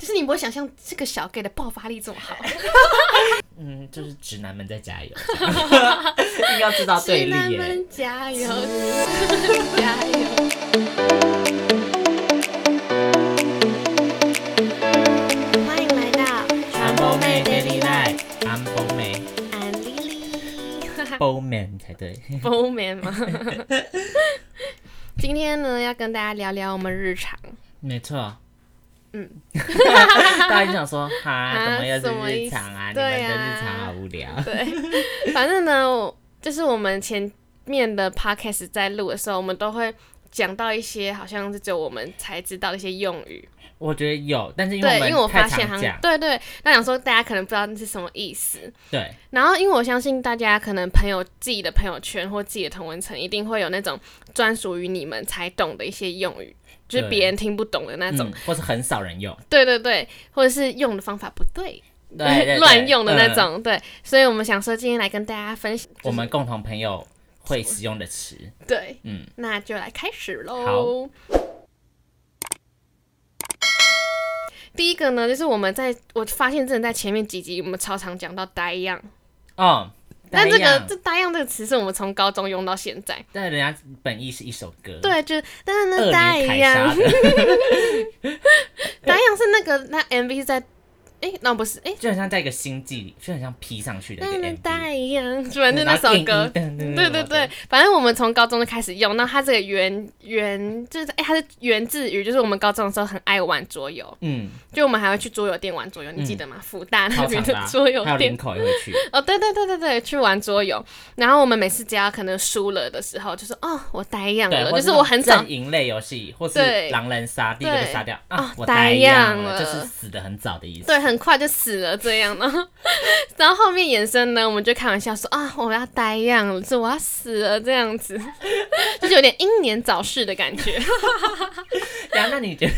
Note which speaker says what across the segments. Speaker 1: 就是你不会想象这个小 gay 的爆发力这么好，
Speaker 2: 嗯，就是直男们在加 油，这样硬要制造对
Speaker 1: 直
Speaker 2: 立
Speaker 1: 男
Speaker 2: 耶。
Speaker 1: 们加油，直男们加油！欢迎来到
Speaker 2: 传播妹 daily life，安波妹，
Speaker 1: 俺 Lily
Speaker 2: 波 man 才对。
Speaker 1: b 面吗？今天呢，要跟大家聊聊我们日常。
Speaker 2: 没错。
Speaker 1: 嗯，
Speaker 2: 大家就想说，哈，
Speaker 1: 啊
Speaker 2: 怎么又
Speaker 1: 什么
Speaker 2: 是
Speaker 1: 意
Speaker 2: 日
Speaker 1: 思
Speaker 2: 常啊？你们
Speaker 1: 对
Speaker 2: 的
Speaker 1: 啊
Speaker 2: 日常好无聊。
Speaker 1: 对，反正呢，我就是我们前面的 podcast 在录的时候，我们都会讲到一些好像是只有我们才知道的一些用语。
Speaker 2: 我觉得有，但是因
Speaker 1: 对，
Speaker 2: 为
Speaker 1: 因为
Speaker 2: 我
Speaker 1: 我
Speaker 2: 们太
Speaker 1: 发现好
Speaker 2: 常
Speaker 1: 像
Speaker 2: 讲，
Speaker 1: 对对，那想说大家可能不知道那是什么意思。
Speaker 2: 对，
Speaker 1: 然后，因为我相信大家可能朋友自己的朋友圈或自己的同文层，一定会有那种专属于你们才懂的一些用语，就是
Speaker 2: 对
Speaker 1: 别人听不懂的那种
Speaker 2: 嗯。，或是很少 人用，
Speaker 1: 对对对，或者是用的方法不对，
Speaker 2: 对对 对
Speaker 1: 乱用的那
Speaker 2: 嗯
Speaker 1: 种。对，所以我们想说今天来跟大家分享，
Speaker 2: 我们共同朋友会使用的词，
Speaker 1: 对，
Speaker 2: 嗯，
Speaker 1: 那就来开始喽。第一个呢，就是我们在我发现真的在前面几集我们超常讲到呆样，
Speaker 2: 哦，
Speaker 1: 但这
Speaker 2: 大
Speaker 1: 个
Speaker 2: 样
Speaker 1: 这呆样这个词是我们从高中用到现在。
Speaker 2: 但人家本意是一首歌，，
Speaker 1: 对，就是但是
Speaker 2: 恶
Speaker 1: 那呆
Speaker 2: 女凯撒
Speaker 1: 样，
Speaker 2: 的，
Speaker 1: 呆样是那个那 MV 是在，哎、那不是哎，
Speaker 2: 就很像在一个星际里，就很像披上去的一
Speaker 1: 那
Speaker 2: 个
Speaker 1: 那
Speaker 2: MV，
Speaker 1: 呆样，反正那首歌。嗯对
Speaker 2: 对
Speaker 1: 嗯对对，，反正我们从高中就开始用，那它这个源源就是哎、它是源自于就是我们高中的时候很爱玩桌游，
Speaker 2: 嗯，
Speaker 1: 就我们还会去桌游店玩桌游，你记得吗？福大那
Speaker 2: 超
Speaker 1: 边
Speaker 2: 长
Speaker 1: 的
Speaker 2: 的啊，
Speaker 1: 桌游
Speaker 2: 还有
Speaker 1: 店
Speaker 2: 领，口也会 去，
Speaker 1: 哦，对对对对对，去玩桌游。然后我们每次只要可能输了的时候，就说哦，我呆样
Speaker 2: 对，
Speaker 1: 了，
Speaker 2: 或
Speaker 1: 就是
Speaker 2: 是
Speaker 1: 我很早
Speaker 2: 阵营类游戏，或是
Speaker 1: 对
Speaker 2: 狼人杀，第一个
Speaker 1: 对
Speaker 2: 就杀掉
Speaker 1: 哦
Speaker 2: 啊，我
Speaker 1: 打
Speaker 2: 呆
Speaker 1: 样
Speaker 2: 样了，
Speaker 1: 了
Speaker 2: 就是死的很早的意思，
Speaker 1: 对，很快就死了这样。然后然后后面衍生呢，我们就开玩笑说啊，我要呆样了，是我要死了这样子， 就是有点英年早逝的感觉。
Speaker 2: 对啊，那你 觉得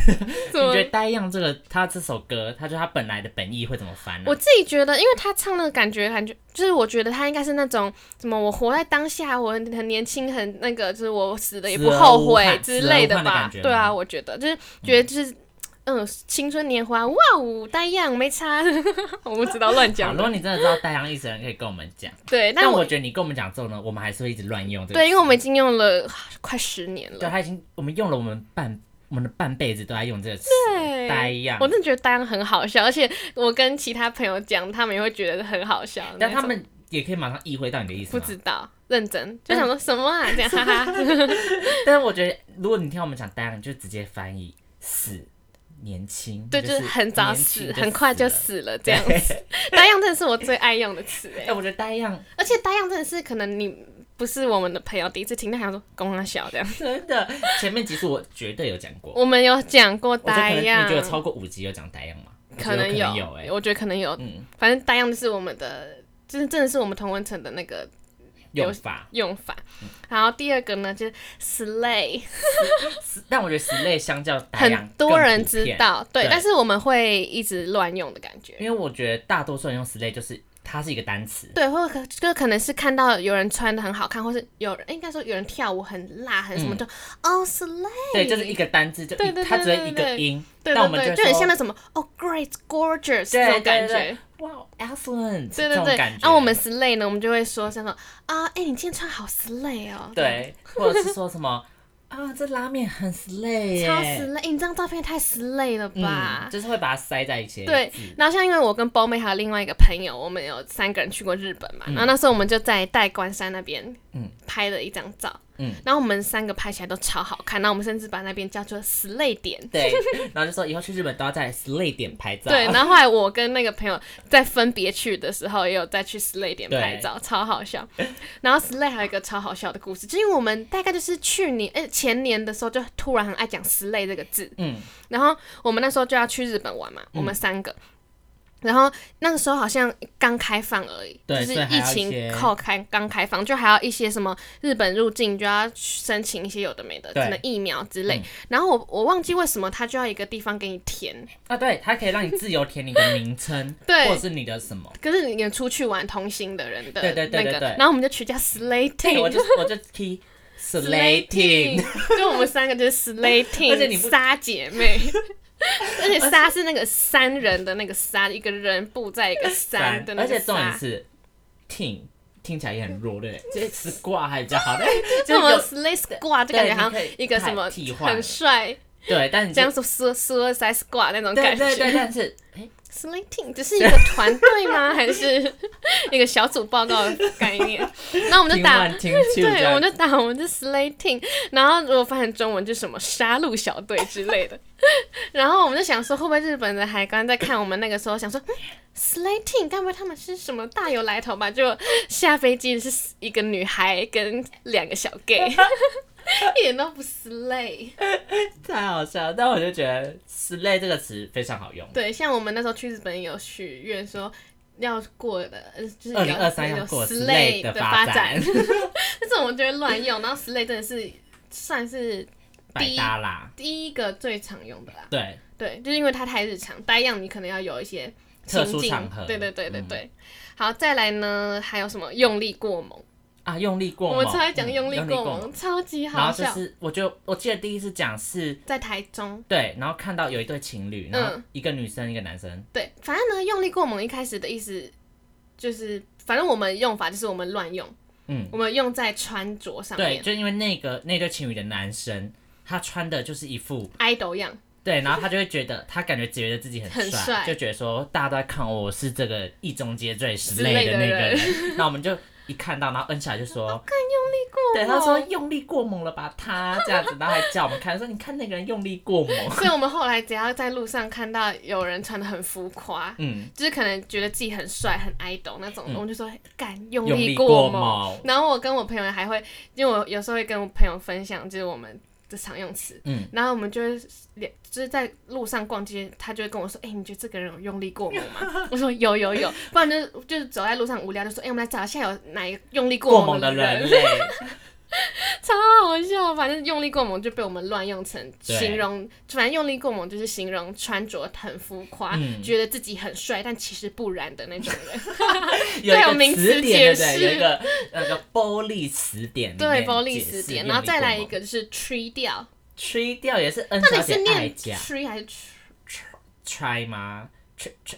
Speaker 1: 怎么
Speaker 2: 你觉得呆样这个他这首歌，他就他本来的本意会怎么翻呢
Speaker 1: 我？自己觉得，因为他唱那个感觉，感觉就是我觉得他应该是那种什么，我活在当下，我很很年轻，很那个，就是我死了也不后悔之类
Speaker 2: 死而无憾
Speaker 1: 吧
Speaker 2: 的感。觉吗
Speaker 1: 对啊，我觉得就是觉得就是。嗯，青春年华，哇哦，呆样没差， 我不知道乱
Speaker 2: 好
Speaker 1: 讲
Speaker 2: 如
Speaker 1: 的。
Speaker 2: 果你真的知道呆样意思，的人可以跟我们讲。
Speaker 1: 对，但
Speaker 2: 但
Speaker 1: 我
Speaker 2: 我觉得你跟我们讲之后呢，我们还是会一直乱用这个词。
Speaker 1: 对，因为我们已经用了啊快十年
Speaker 2: 对
Speaker 1: 了。
Speaker 2: 他已经我们用了我们半我们的半辈子都在用这个词，
Speaker 1: 对
Speaker 2: 呆样
Speaker 1: 我。真的觉得呆样很好笑，而且我跟其他朋友讲，他们也会觉得很好笑。
Speaker 2: 但他们也可以马上意会到你的意思
Speaker 1: 不
Speaker 2: 吗？
Speaker 1: 知道，认真
Speaker 2: 嗯
Speaker 1: 就想说什么啊，这样哈哈。
Speaker 2: 但是我觉得，如果你听我们讲呆样，你就直接翻译死年轻，
Speaker 1: 对，就是很早
Speaker 2: 年轻
Speaker 1: 死，
Speaker 2: 就
Speaker 1: 很快就
Speaker 2: 了。
Speaker 1: 死了这样子。 呆样真的是我最爱用的词
Speaker 2: 哎、
Speaker 1: 哎，
Speaker 2: 我觉得呆样
Speaker 1: 而且呆样真的是可能你不是我们的朋友第一次听，他想说公他小这样。
Speaker 2: 真的，前面几集我绝对有讲过。
Speaker 1: 我们有讲过
Speaker 2: 我觉得
Speaker 1: 呆
Speaker 2: 可能
Speaker 1: 样
Speaker 2: 你觉，得超过五集有讲呆样吗？我觉得
Speaker 1: 能
Speaker 2: 有，有哎、
Speaker 1: 我觉得可能有，
Speaker 2: 嗯，
Speaker 1: 反正呆样就是我们的，就是真的是我们同文层的那个
Speaker 2: 用法。
Speaker 1: 用法。
Speaker 2: 嗯
Speaker 1: 然后第二个呢，就是 slay，
Speaker 2: 但我觉得 slay 相较呆样
Speaker 1: 很多人
Speaker 2: 更普
Speaker 1: 知
Speaker 2: 遍，
Speaker 1: 道，对
Speaker 2: 对，
Speaker 1: 但是我们会一直乱用的感觉。
Speaker 2: 因为我觉得大多数人用 slay 就是它是一个单词，
Speaker 1: 对，或者可就可能是看到有人穿的很好看，或是有人应该说有人跳舞很辣，很什么
Speaker 2: 嗯
Speaker 1: 就哦 slay，
Speaker 2: 对，就是一个单字，就
Speaker 1: 对
Speaker 2: 一
Speaker 1: 对对
Speaker 2: 它只
Speaker 1: 对
Speaker 2: 有一
Speaker 1: 对
Speaker 2: 个音，
Speaker 1: 对
Speaker 2: 但我
Speaker 1: 对对，
Speaker 2: 们就
Speaker 1: 就很
Speaker 2: 说
Speaker 1: 像那什么哦 great gorgeous
Speaker 2: 对
Speaker 1: 这种感
Speaker 2: 对对
Speaker 1: 觉，
Speaker 2: 哇，excellent，
Speaker 1: 对
Speaker 2: 这
Speaker 1: 对
Speaker 2: 种
Speaker 1: 对。
Speaker 2: 感
Speaker 1: 然
Speaker 2: 觉。
Speaker 1: 后我们 slay 呢，我们就会说像说啊，哎，你今天穿好 slay 哦，
Speaker 2: 对，或者是说 什么啊，这拉面很 slay，
Speaker 1: 这
Speaker 2: 耶
Speaker 1: 样，超 slay，诶你这哎张照片也太 slay 了吧
Speaker 2: 嗯，？就是会把它塞在一起。
Speaker 1: 对，然后像因为我跟包妹还有另外一个朋友，我们有三个人去过日本嘛，然后那时候我们就在代官山那边，
Speaker 2: 嗯
Speaker 1: 拍了一张照，
Speaker 2: 嗯
Speaker 1: 然后我们三个拍起来都超好看，然后我们甚至把那边叫做 slay 点。
Speaker 2: 对，然后就说以后去日本都要在 slay 点拍照。
Speaker 1: 对，然后后来我跟那个朋友在分别去的时候，也有再去 Slay 点拍照，超好笑。然后 Slay 还有一个超好笑的故事，就是因为我们大概就是去年哎、前年的时候，就突然很爱讲 Slay 这个字，
Speaker 2: 嗯，
Speaker 1: 然后我们那时候就要去日本玩嘛，我们三个。然后那个时候好像刚开放而已，就
Speaker 2: 对
Speaker 1: 是
Speaker 2: 所以还
Speaker 1: 疫
Speaker 2: 要一
Speaker 1: 情
Speaker 2: 些
Speaker 1: 靠开刚开放，就还要一些什么日本入境就要申请一些有的没的，
Speaker 2: 对
Speaker 1: 可能疫苗之类
Speaker 2: 嗯。
Speaker 1: 然后我我忘记为什么他就要一个地方给你填，，
Speaker 2: 啊，对，它可以让你自由填你的名称
Speaker 1: 对
Speaker 2: 或者是你的什么。
Speaker 1: 可是你有出去玩同行的人的那
Speaker 2: 对
Speaker 1: 个，
Speaker 2: 对对对对
Speaker 1: 然后我们就取叫
Speaker 2: 对，我
Speaker 1: slating，
Speaker 2: 就我就 key slating，
Speaker 1: 就我们三个就是 slating，
Speaker 2: 而且你不
Speaker 1: 仨姐妹， 而且沙是那个三人的那个沙，一个人步在一个山的那
Speaker 2: 而
Speaker 1: 个
Speaker 2: 且重点
Speaker 1: 沙。
Speaker 2: 是听听起来也很弱，对不对？这次挂还比较 好，但
Speaker 1: 那
Speaker 2: 就
Speaker 1: 么
Speaker 2: 有
Speaker 1: Slay Squad 就感觉好像一个什么
Speaker 2: 替换
Speaker 1: 很，帅，
Speaker 2: 对，但是
Speaker 1: 这样说 s u i c i Squad 那种
Speaker 2: 对
Speaker 1: 感
Speaker 2: 对对，
Speaker 1: 觉。
Speaker 2: 但是哎，
Speaker 1: Slay Team 只是一个团队吗？还是一个小组报告的概念？那我们就
Speaker 2: 听
Speaker 1: 打
Speaker 2: 完听去 这
Speaker 1: 对，我
Speaker 2: 样
Speaker 1: 们就打我们的 slating，然后如果翻成中文就什么杀戮小队之类的。 然后我们就想说，会不会日本的海关在看我们那个时候，想说、嗯、slating，该不会他们是什么大有来头吧？就下飞机的是一个女孩跟两个小 gay，一点都不 slay。
Speaker 2: 太好笑了。但我就觉得 “slay” 这个词非常好用，
Speaker 1: 对，像我们那时候去日本有许愿说。要过的，呃就是
Speaker 2: 二零二三要过
Speaker 1: slay
Speaker 2: “slay” 的
Speaker 1: 发
Speaker 2: 展，
Speaker 1: 但 是我觉得乱用，然后 slay 真的是算是
Speaker 2: 百搭啦，
Speaker 1: 第一个最常用的啦，
Speaker 2: 对，
Speaker 1: 对，就是因为它太日常，呆样你可能要有一些
Speaker 2: 特
Speaker 1: 情
Speaker 2: 殊
Speaker 1: 境
Speaker 2: 场合嗯
Speaker 1: 对对对对对。好，再来呢，还有什么用力过猛？
Speaker 2: 啊，用力过
Speaker 1: 我
Speaker 2: 猛，
Speaker 1: 们超爱讲
Speaker 2: 嗯
Speaker 1: 用力过猛，
Speaker 2: 猛。
Speaker 1: 超级
Speaker 2: 然
Speaker 1: 好
Speaker 2: 后就
Speaker 1: 笑。
Speaker 2: 是，我觉得我记得第一次讲是
Speaker 1: 在台中，
Speaker 2: 对，然后看到有一对情侣，然后
Speaker 1: 嗯
Speaker 2: 一个女生一个男生，
Speaker 1: 对，反正呢，用力过猛一开始的意思就是，反正我们用法就是我们乱用，
Speaker 2: 嗯，
Speaker 1: 我们用在穿着上
Speaker 2: 对，
Speaker 1: 面
Speaker 2: 就因为那个那对情侣的男生，他穿的就是一副
Speaker 1: ，idol 样，
Speaker 2: 对，然后他就会觉得他感觉觉得自己
Speaker 1: 很
Speaker 2: 很
Speaker 1: 帅
Speaker 2: 就觉得说大家都在看我，我是这个一中街最
Speaker 1: 之
Speaker 2: 之
Speaker 1: 类
Speaker 2: 类
Speaker 1: 的
Speaker 2: 的那个
Speaker 1: 人
Speaker 2: 人，那 我们就一看到，然后恩起来就说。
Speaker 1: 力
Speaker 2: 对，
Speaker 1: 过
Speaker 2: 他说
Speaker 1: 猛。
Speaker 2: 用力过猛了吧，他这样子，然后还叫我们看，说你看那个人用力过猛，
Speaker 1: 所以我们后来只要在路上看到有人穿的很浮夸，
Speaker 2: 嗯，
Speaker 1: 就是可能觉得自己很帅、很 idol 那种，
Speaker 2: 嗯
Speaker 1: 我们就说敢用
Speaker 2: 用
Speaker 1: 力
Speaker 2: 力
Speaker 1: 过
Speaker 2: 过
Speaker 1: 猛。
Speaker 2: 猛，
Speaker 1: 然后我跟我朋友还会，因为我有时候会跟我朋友分享，就是我们的常用词。
Speaker 2: 嗯，
Speaker 1: 然后我们就会连，就是在路上逛街，他就会跟我说：“哎、你觉得这个人有用力过猛吗？” 我说：“有有有。”不然就是就是走在路上无聊，就说：“哎、我们来找一下有哪一个用力
Speaker 2: 过
Speaker 1: 猛
Speaker 2: 猛的
Speaker 1: 人。
Speaker 2: 人类，
Speaker 1: 超好笑。反正用力过猛就被我们乱用成
Speaker 2: 对
Speaker 1: 形容，反正用力过猛就是形容穿着很浮夸，
Speaker 2: 嗯
Speaker 1: 觉得自己很帅，但其实不然的那种人。
Speaker 2: 有
Speaker 1: 对有
Speaker 2: 一
Speaker 1: 名
Speaker 2: 个词
Speaker 1: 词
Speaker 2: 典，对不
Speaker 1: 解释
Speaker 2: 对？有一个那个玻璃词典里面
Speaker 1: 对，
Speaker 2: 解释，
Speaker 1: 暴力词典，
Speaker 2: 用
Speaker 1: 然后
Speaker 2: 力
Speaker 1: 再
Speaker 2: 过
Speaker 1: 来一
Speaker 2: 猛
Speaker 1: 个就是 tree 掉，
Speaker 2: ，tree 掉也是 N
Speaker 1: 到
Speaker 2: 小
Speaker 1: 底是
Speaker 2: 姐爱
Speaker 1: 念
Speaker 2: 讲
Speaker 1: tree 还是 tree？
Speaker 2: try 吗？try try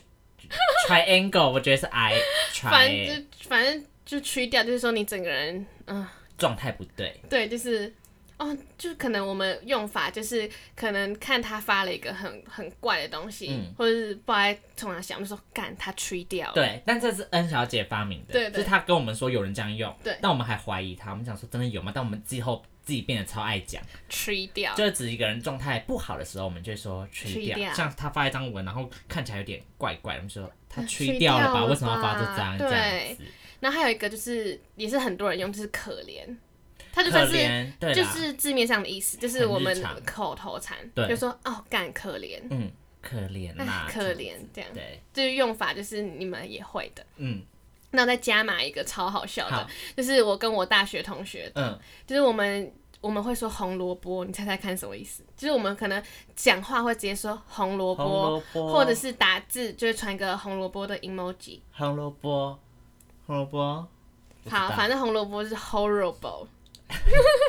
Speaker 2: triangle，我觉得是 I
Speaker 1: 反
Speaker 2: try
Speaker 1: 正就反正就 tree 掉，就是说你整个人，嗯、
Speaker 2: 状态不对，
Speaker 1: 对，就是。哦，就可能我们用法就是可能看他发了一个很很怪的东西，
Speaker 2: 嗯
Speaker 1: 或者是不知道在冲哪想，我们就说干他 tree 掉了。
Speaker 2: 对，但这是 N 小姐发明的，
Speaker 1: 对对
Speaker 2: 就是她跟我们说有人这样用，
Speaker 1: 对
Speaker 2: 但我们还怀疑她，我们想说真的有吗？但我们之后自己变得超爱讲，
Speaker 1: tree 掉，
Speaker 2: 就是指一个人状态不好的时候，我们就会说
Speaker 1: 吹
Speaker 2: 吹掉，
Speaker 1: 掉
Speaker 2: 像她发一张文，然后看起来有点怪怪，我们就说她
Speaker 1: 吹
Speaker 2: 吹掉了
Speaker 1: 掉
Speaker 2: 吧？
Speaker 1: 了
Speaker 2: 为什么要发
Speaker 1: 吧
Speaker 2: 这张这
Speaker 1: 对
Speaker 2: 样子？
Speaker 1: 然后还有一个就是也是很多人用，就是可怜，它就
Speaker 2: 可
Speaker 1: 算是
Speaker 2: 怜，对
Speaker 1: 就
Speaker 2: 啦，
Speaker 1: 是字面上的意思，就是
Speaker 2: 很
Speaker 1: 我
Speaker 2: 日
Speaker 1: 们
Speaker 2: 常
Speaker 1: 口头禅，
Speaker 2: 对
Speaker 1: 就说哦干可怜，
Speaker 2: 嗯，可怜啦
Speaker 1: 哎，可，怜这样，
Speaker 2: 对，
Speaker 1: 就是用法就是你们也会的。
Speaker 2: 嗯
Speaker 1: 那我再加码一个超好笑的
Speaker 2: 好，
Speaker 1: 就是我跟我大学同学，
Speaker 2: 嗯，
Speaker 1: 就是我们我们会说红萝卜，你猜猜看什么意思？就是我们可能讲话会直接说红萝
Speaker 2: 红
Speaker 1: 卜，
Speaker 2: 萝卜，
Speaker 1: 或者是打字就会传一个红萝卜的 emoji。
Speaker 2: 红萝卜，红萝卜，不知
Speaker 1: 好，
Speaker 2: 道
Speaker 1: 反正红萝卜是 horrible，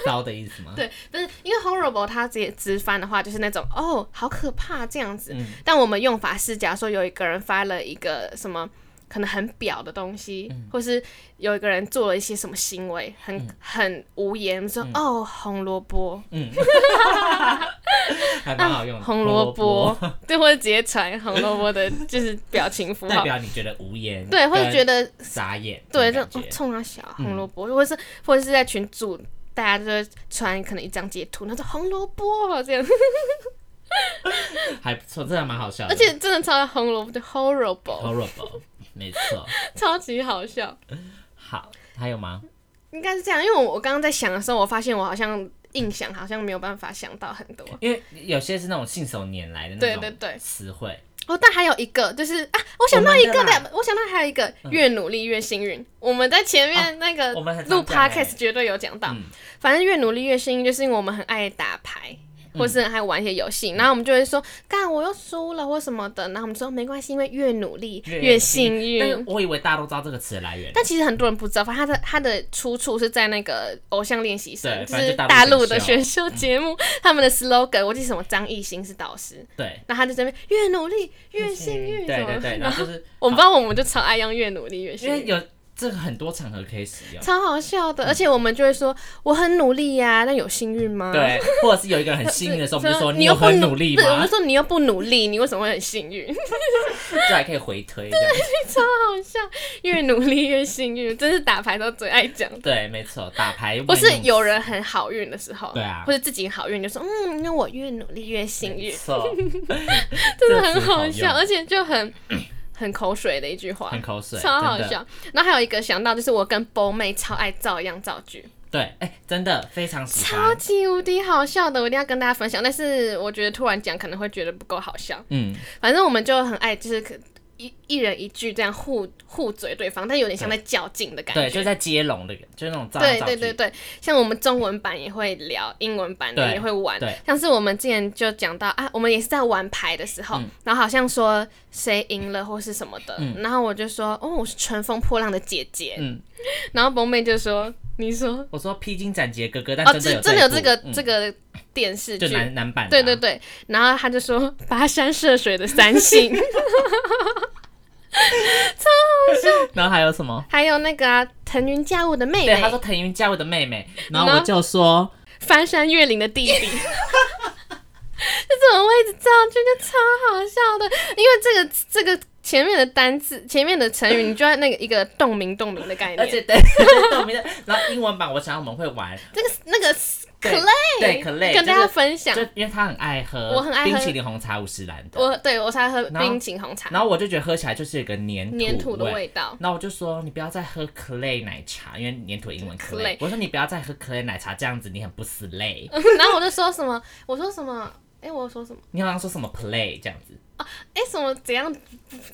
Speaker 2: 糟的意思吗？
Speaker 1: 对，不是因为 horrible 它直接直翻的话就是那种哦好可怕这样子，
Speaker 2: 嗯
Speaker 1: 但我们用法是，假如说有一个人发了一个什么可能很表的东西，
Speaker 2: 嗯
Speaker 1: 或是有一个人做了一些什么行为，很、很无言，说、哦红萝卜，
Speaker 2: 嗯，还蛮好用的。
Speaker 1: 红萝卜， 对，或者直接传红萝卜 的就是表情符
Speaker 2: 代
Speaker 1: 号，
Speaker 2: 表你觉得无言，
Speaker 1: 对，或者觉
Speaker 2: 得
Speaker 1: 得
Speaker 2: 傻眼，
Speaker 1: 对，就
Speaker 2: 这种
Speaker 1: 哦
Speaker 2: 感 觉
Speaker 1: 冲他小红萝
Speaker 2: 嗯
Speaker 1: 卜，或者是或者是在群组，大家就会传可能一张截图，他说红萝卜这样，
Speaker 2: 还不错，真的蛮好笑的。
Speaker 1: 而且真的超红萝卜就 horrible，
Speaker 2: horrible，没错。
Speaker 1: 超级好笑。
Speaker 2: 好，还有吗？
Speaker 1: 应该是这样，因为我我刚刚在想的时候，我发现我好像印象好像没有办法想到很多
Speaker 2: 因为有些是那种信手拈来的
Speaker 1: 对
Speaker 2: 那
Speaker 1: 对
Speaker 2: 种
Speaker 1: 对
Speaker 2: 词汇，
Speaker 1: 哦。但还有一个就是啊，我想到一个
Speaker 2: 我们的
Speaker 1: 我想到还有嗯一个越努力越幸运。我们在前面那个
Speaker 2: 我们很
Speaker 1: 录
Speaker 2: 常讲欸
Speaker 1: podcast 绝对有讲到
Speaker 2: 嗯，
Speaker 1: 反正越努力越幸运，就是因为我们很爱打牌，或是还玩一些游戏，然后我们就会说，干我又输了或什么的，然后我们说没关系，因为越努力越幸
Speaker 2: 但是
Speaker 1: 运。
Speaker 2: 我以为大家都知道这个词的来源，
Speaker 1: 但其实很多人不知道，反正它的它的出处是在那个《偶像练习生
Speaker 2: 对》，
Speaker 1: 是大
Speaker 2: 反正就大
Speaker 1: 陆
Speaker 2: 陆嗯
Speaker 1: 的
Speaker 2: 的
Speaker 1: 选
Speaker 2: 选
Speaker 1: 秀节目，他们的 slogan 我记得什么张艺兴是导师，
Speaker 2: 对，
Speaker 1: 然后他就在那边越努力越幸运
Speaker 2: 对
Speaker 1: 什么
Speaker 2: 对对，
Speaker 1: 的，
Speaker 2: 然后就是
Speaker 1: 我们不知道我们就超爱用越努力越幸
Speaker 2: 因为
Speaker 1: 运。
Speaker 2: 有嗯这个很多场合可以使用，
Speaker 1: 超好笑的，而且我们就会说我很努力呀、但有幸运吗？
Speaker 2: 对，或者是有一个人很
Speaker 1: 是，
Speaker 2: 幸运的 时候，我们就
Speaker 1: 说
Speaker 2: 说
Speaker 1: 你
Speaker 2: 有
Speaker 1: 不
Speaker 2: 很努力
Speaker 1: 对，我们
Speaker 2: 吗？
Speaker 1: 说你又不努力，你为什么会很幸运？
Speaker 2: 这还可以回推这样，
Speaker 1: 好像越努力越幸运，这是打牌都最爱讲的。
Speaker 2: 对，没错，打牌
Speaker 1: 或是
Speaker 2: 万用
Speaker 1: 有人很好运的时候，
Speaker 2: 对啊
Speaker 1: 或者自己好运，就说嗯，那我越努力越幸
Speaker 2: 没
Speaker 1: 运，
Speaker 2: 错，
Speaker 1: 真
Speaker 2: 真
Speaker 1: 的
Speaker 2: 的
Speaker 1: 很
Speaker 2: 很
Speaker 1: 好
Speaker 2: 好
Speaker 1: 笑，
Speaker 2: 笑
Speaker 1: 而且就很 很口水的一句话
Speaker 2: 很，口 水，
Speaker 1: 超好
Speaker 2: 真的。
Speaker 1: 笑。然后还有一个想到就是我跟波妹超爱照样造句，
Speaker 2: 对，哎、真的非常喜
Speaker 1: 超
Speaker 2: 欢。
Speaker 1: 级无敌好笑的，我一定要跟大家分享。但是我觉得突然讲可能会觉得不够好笑，
Speaker 2: 嗯，
Speaker 1: 反正我们就很爱就是可。一一人一句这样互互嘴对方，但有点像在较劲的感觉。
Speaker 2: 对，就在接龙的，就是那种造
Speaker 1: 对
Speaker 2: 造
Speaker 1: 对
Speaker 2: 句
Speaker 1: 对对，像我们中文版也会聊，英文版的
Speaker 2: 对
Speaker 1: 也会玩
Speaker 2: 对。
Speaker 1: 像是我们之前就讲到啊，我们也是在玩牌的时候，
Speaker 2: 嗯
Speaker 1: 然后好像说谁赢了或是什么的，然后我就说哦，我是乘风破浪的姐姐，
Speaker 2: 嗯
Speaker 1: 然后萌妹就说你说
Speaker 2: 我说披荆斩棘的哥哥，但
Speaker 1: 哦，
Speaker 2: 的
Speaker 1: 这
Speaker 2: 有
Speaker 1: 真的
Speaker 2: 一
Speaker 1: 有
Speaker 2: 部
Speaker 1: 这个、
Speaker 2: 嗯
Speaker 1: 这个电视
Speaker 2: 就
Speaker 1: 剧。
Speaker 2: 男男版的啊、
Speaker 1: 对对对，然后他就说跋山涉水的三性，
Speaker 2: 然后还有什么？
Speaker 1: 还有那个啊、腾云驾雾的妹
Speaker 2: 对，他说
Speaker 1: 妹，
Speaker 2: 腾云驾雾的妹妹，
Speaker 1: 然
Speaker 2: 然后
Speaker 1: 后
Speaker 2: 我就说，
Speaker 1: 翻山越岭的弟弟。就 这种位置造句就超好笑的，因为这个这个前面的单字、前面的成语，你就在那个一个动名动名的概
Speaker 2: 而
Speaker 1: 念，
Speaker 2: 且对， 就是我们的然后英文版我想我们会玩，
Speaker 1: 这个那个
Speaker 2: 对
Speaker 1: clay，
Speaker 2: 对 clay，
Speaker 1: 跟大
Speaker 2: 就
Speaker 1: 家
Speaker 2: 是
Speaker 1: 分享
Speaker 2: 就。因为他很爱喝，
Speaker 1: 我很爱喝
Speaker 2: 冰淇淋红茶五十兰的，
Speaker 1: 我对我才喝
Speaker 2: 然后
Speaker 1: 冰淇淋红茶，
Speaker 2: 然后我就觉得喝起来就是有个粘
Speaker 1: 粘土的
Speaker 2: 味。
Speaker 1: 味道。
Speaker 2: 然后我就说你不要再喝 clay 奶茶，因为粘土的英文
Speaker 1: Clay
Speaker 2: clay。我说你不要再喝 clay 奶茶，这样子你很 不 slay。
Speaker 1: 然后我就说什么，我说什么，哎、我说什么，
Speaker 2: 你好像说什么 play 这样子，
Speaker 1: 哎、什么怎样，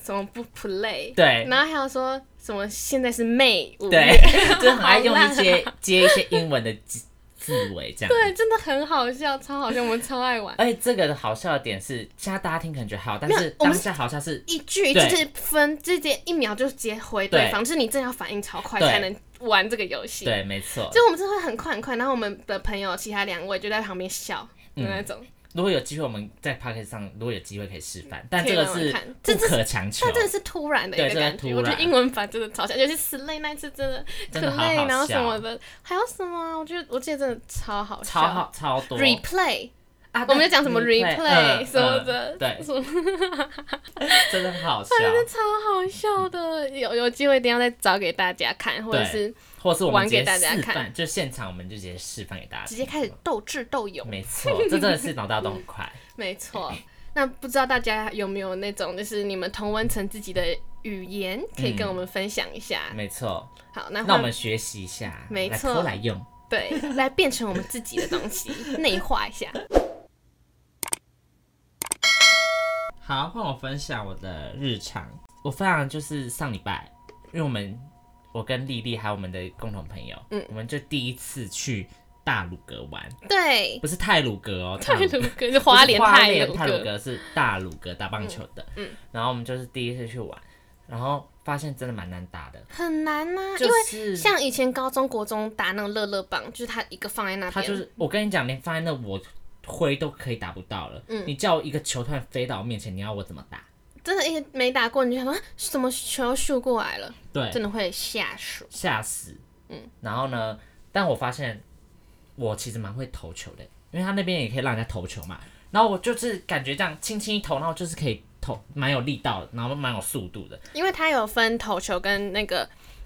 Speaker 1: 怎么不 play？
Speaker 2: 对
Speaker 1: 然后还有说什么现在是妹舞，
Speaker 2: 对， 就是很爱用一些 接一些英文的字字尾这
Speaker 1: 啊
Speaker 2: 样。
Speaker 1: 对，真的很好笑，超好笑，我们超爱玩。
Speaker 2: 而且这个的好笑的点是，现在大家听可能觉得还好，但
Speaker 1: 没
Speaker 2: 是
Speaker 1: 有我
Speaker 2: 当
Speaker 1: 们
Speaker 2: 下好笑是
Speaker 1: 一句就
Speaker 2: 对
Speaker 1: 是分，直接一秒就直接回对方，就是你真的要反应超快
Speaker 2: 对
Speaker 1: 才能玩这个游戏。
Speaker 2: 对，没错。
Speaker 1: 就我们真的会很快很快，然后我们的朋友其他两位就在旁边笑
Speaker 2: 嗯
Speaker 1: 的那种，
Speaker 2: 如果有机会，我们在 p o c a s t 上，如果有机会可以示范，但
Speaker 1: 可以
Speaker 2: 这个
Speaker 1: 让我
Speaker 2: 是
Speaker 1: 看这
Speaker 2: 不
Speaker 1: 这是
Speaker 2: 可强求
Speaker 1: 但，真的是突然的一
Speaker 2: 对
Speaker 1: 个
Speaker 2: 真的
Speaker 1: 感觉。
Speaker 2: 突
Speaker 1: 我觉得
Speaker 2: 然
Speaker 1: 英文版真的超像，尤其是 Slay 那一次真的可
Speaker 2: 真的好好
Speaker 1: 累，然后什
Speaker 2: 笑
Speaker 1: 么的，还有什么啊？我觉得我记得真的超好笑。
Speaker 2: 超好超多。
Speaker 1: Replay，
Speaker 2: 啊
Speaker 1: 我们就讲什么 replay
Speaker 2: 嗯
Speaker 1: 什么的
Speaker 2: 嗯对，
Speaker 1: 什么
Speaker 2: 真的很好笑。
Speaker 1: 超好笑的，有有机会一定要再找给大家看，或者
Speaker 2: 对
Speaker 1: 是
Speaker 2: 或者是我们
Speaker 1: 玩
Speaker 2: 直
Speaker 1: 给
Speaker 2: 接
Speaker 1: 大家
Speaker 2: 示
Speaker 1: 看
Speaker 2: 范，就现场我们就直接示范给大家。
Speaker 1: 直接开始。斗智斗勇。
Speaker 2: 没错，这真的是脑大都很 快。
Speaker 1: 没错。那不知道大家有没有那种，就是你们同温层自己的语言，可以跟我们分享一下。
Speaker 2: 没错，
Speaker 1: 啊好，那
Speaker 2: 嗯那我
Speaker 1: 换
Speaker 2: 们学习一下，
Speaker 1: 没
Speaker 2: 来
Speaker 1: 错
Speaker 2: 偷来用。
Speaker 1: 对来变成我们自己的东西，内化一下。
Speaker 2: 好，换我分享我的日常。我分享就是上礼拜，因为我们我跟丽丽还有我们的共同朋友，
Speaker 1: 嗯
Speaker 2: 我们就第一次去大鲁阁玩，
Speaker 1: 对，
Speaker 2: 不是泰鲁阁哦，
Speaker 1: 泰
Speaker 2: 阁
Speaker 1: 鲁哥是 花莲
Speaker 2: 不是花
Speaker 1: 泰
Speaker 2: 莲泰
Speaker 1: 鲁
Speaker 2: 鲁
Speaker 1: 哥，
Speaker 2: 阁是大鲁阁打棒球的，嗯，然后我们就是第一次去玩，然后发现真的蛮难打的，
Speaker 1: 很难呐、因
Speaker 2: 就
Speaker 1: 为
Speaker 2: 是
Speaker 1: 像以前高中国中打那个乐乐棒，就是它一个放在那
Speaker 2: 他
Speaker 1: 边，
Speaker 2: 就是我跟你讲，连放在那我挥都可以打不到了，嗯，你叫我一个球突然飞到我面前，你要我怎么打？
Speaker 1: 真的，一没打过你就想说啊什么球秀过来了，
Speaker 2: 对，
Speaker 1: 真的会吓死。
Speaker 2: 吓死。嗯，然后呢，但我发现我其实蛮会投球的，因为他那边也可以让人家投球嘛。然后我就是感觉这样轻轻一投，然后就是可以投，蛮有力道的，然后蛮有速度的。
Speaker 1: 因为它有分投球跟那个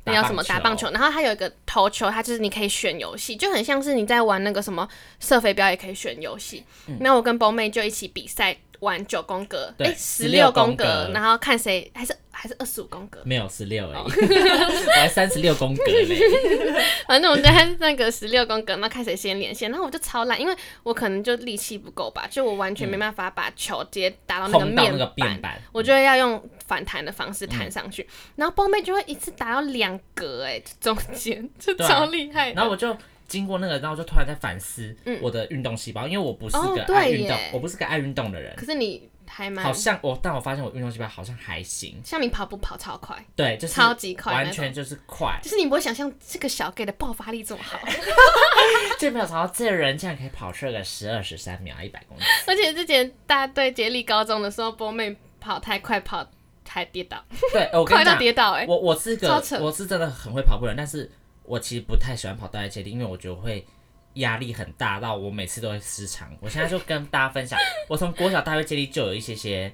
Speaker 1: 那
Speaker 2: 打
Speaker 1: 叫什么
Speaker 2: 棒球
Speaker 1: 打棒球，然后它有一个投球，它就是你可以选游戏，就很像是你在玩那个什么射飞镖也可以选游戏。那我跟波妹就一起比赛玩九宫格，
Speaker 2: 嗯对
Speaker 1: 哎，十六宫
Speaker 2: 16宫格
Speaker 1: 然后看谁还是还是二十五宫格，
Speaker 2: 没有十六而已， 我还三十六宫 格嘞。
Speaker 1: 反正我们在那个十六宫格，然后看谁先连线，然后我就超烂，因为我可能就力气不够吧，就我完全没办法把球直接打到那个
Speaker 2: 嗯碰到
Speaker 1: 面
Speaker 2: 那个
Speaker 1: 板
Speaker 2: 面，板，
Speaker 1: 我就会要用反弹的方式
Speaker 2: 嗯
Speaker 1: 弹上去，然后波妹就会一次打到两格哎、中间就
Speaker 2: 对啊
Speaker 1: 超厉害的
Speaker 2: 然后我就经过那个，然后就突然在反思我的运动细胞，因为我不是个
Speaker 1: 嗯哦对
Speaker 2: 爱运动，
Speaker 1: 耶
Speaker 2: 我不是个爱运动的人。
Speaker 1: 可是你还蛮
Speaker 2: 好像我，但我发现我运动细胞好像还行，
Speaker 1: 像你跑步跑超快，
Speaker 2: 对，就是
Speaker 1: 超级快那
Speaker 2: 完
Speaker 1: 种
Speaker 2: 全就是 快，
Speaker 1: 就是你不会想象这个小 gay 的爆发力这 么好，
Speaker 2: 就没有想到这人竟然可以跑出个十二十三秒，一百 公里。
Speaker 1: 而且之前大家对接力高中的时候，波妹跑太快跑还跌倒，
Speaker 2: 对，我跟
Speaker 1: 快
Speaker 2: 你
Speaker 1: 到
Speaker 2: 讲，
Speaker 1: 跌倒哎、
Speaker 2: 我我是
Speaker 1: 超
Speaker 2: 个
Speaker 1: 扯
Speaker 2: 我是真的很会跑步的人，但是我其实不太喜欢跑大赛接力，因为我觉得会压力很大，到我每次都会失常。我现在就跟大家分享，我从国小大会接力就有一些些